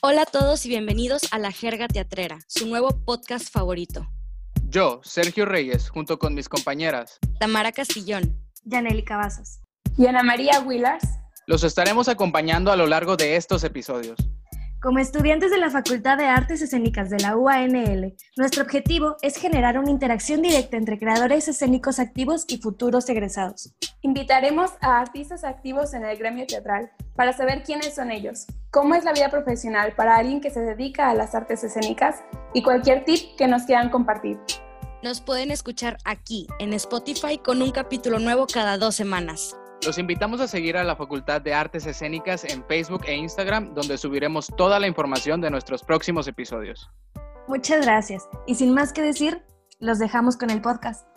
Hola a todos y bienvenidos a La Jerga Teatrera, su nuevo podcast favorito. Yo, Sergio Reyes, junto con mis compañeras, Tamara Castillón, Yaneli Cavazos. Y Ana María Willars. los estaremos acompañando a lo largo de estos episodios. Como estudiantes de la Facultad de Artes Escénicas de la UANL, nuestro objetivo es generar una interacción directa entre creadores escénicos activos y futuros egresados. Invitaremos a artistas activos en el gremio teatral para saber quiénes son ellos, cómo es la vida profesional para alguien que se dedica a las artes escénicas y cualquier tip que nos quieran compartir. nos pueden escuchar aquí en Spotify con un capítulo nuevo cada dos semanas. Los invitamos a seguir a la Facultad de Artes Escénicas en Facebook e Instagram, donde subiremos toda la información de nuestros próximos episodios. Muchas gracias y sin más que decir, los dejamos con el podcast.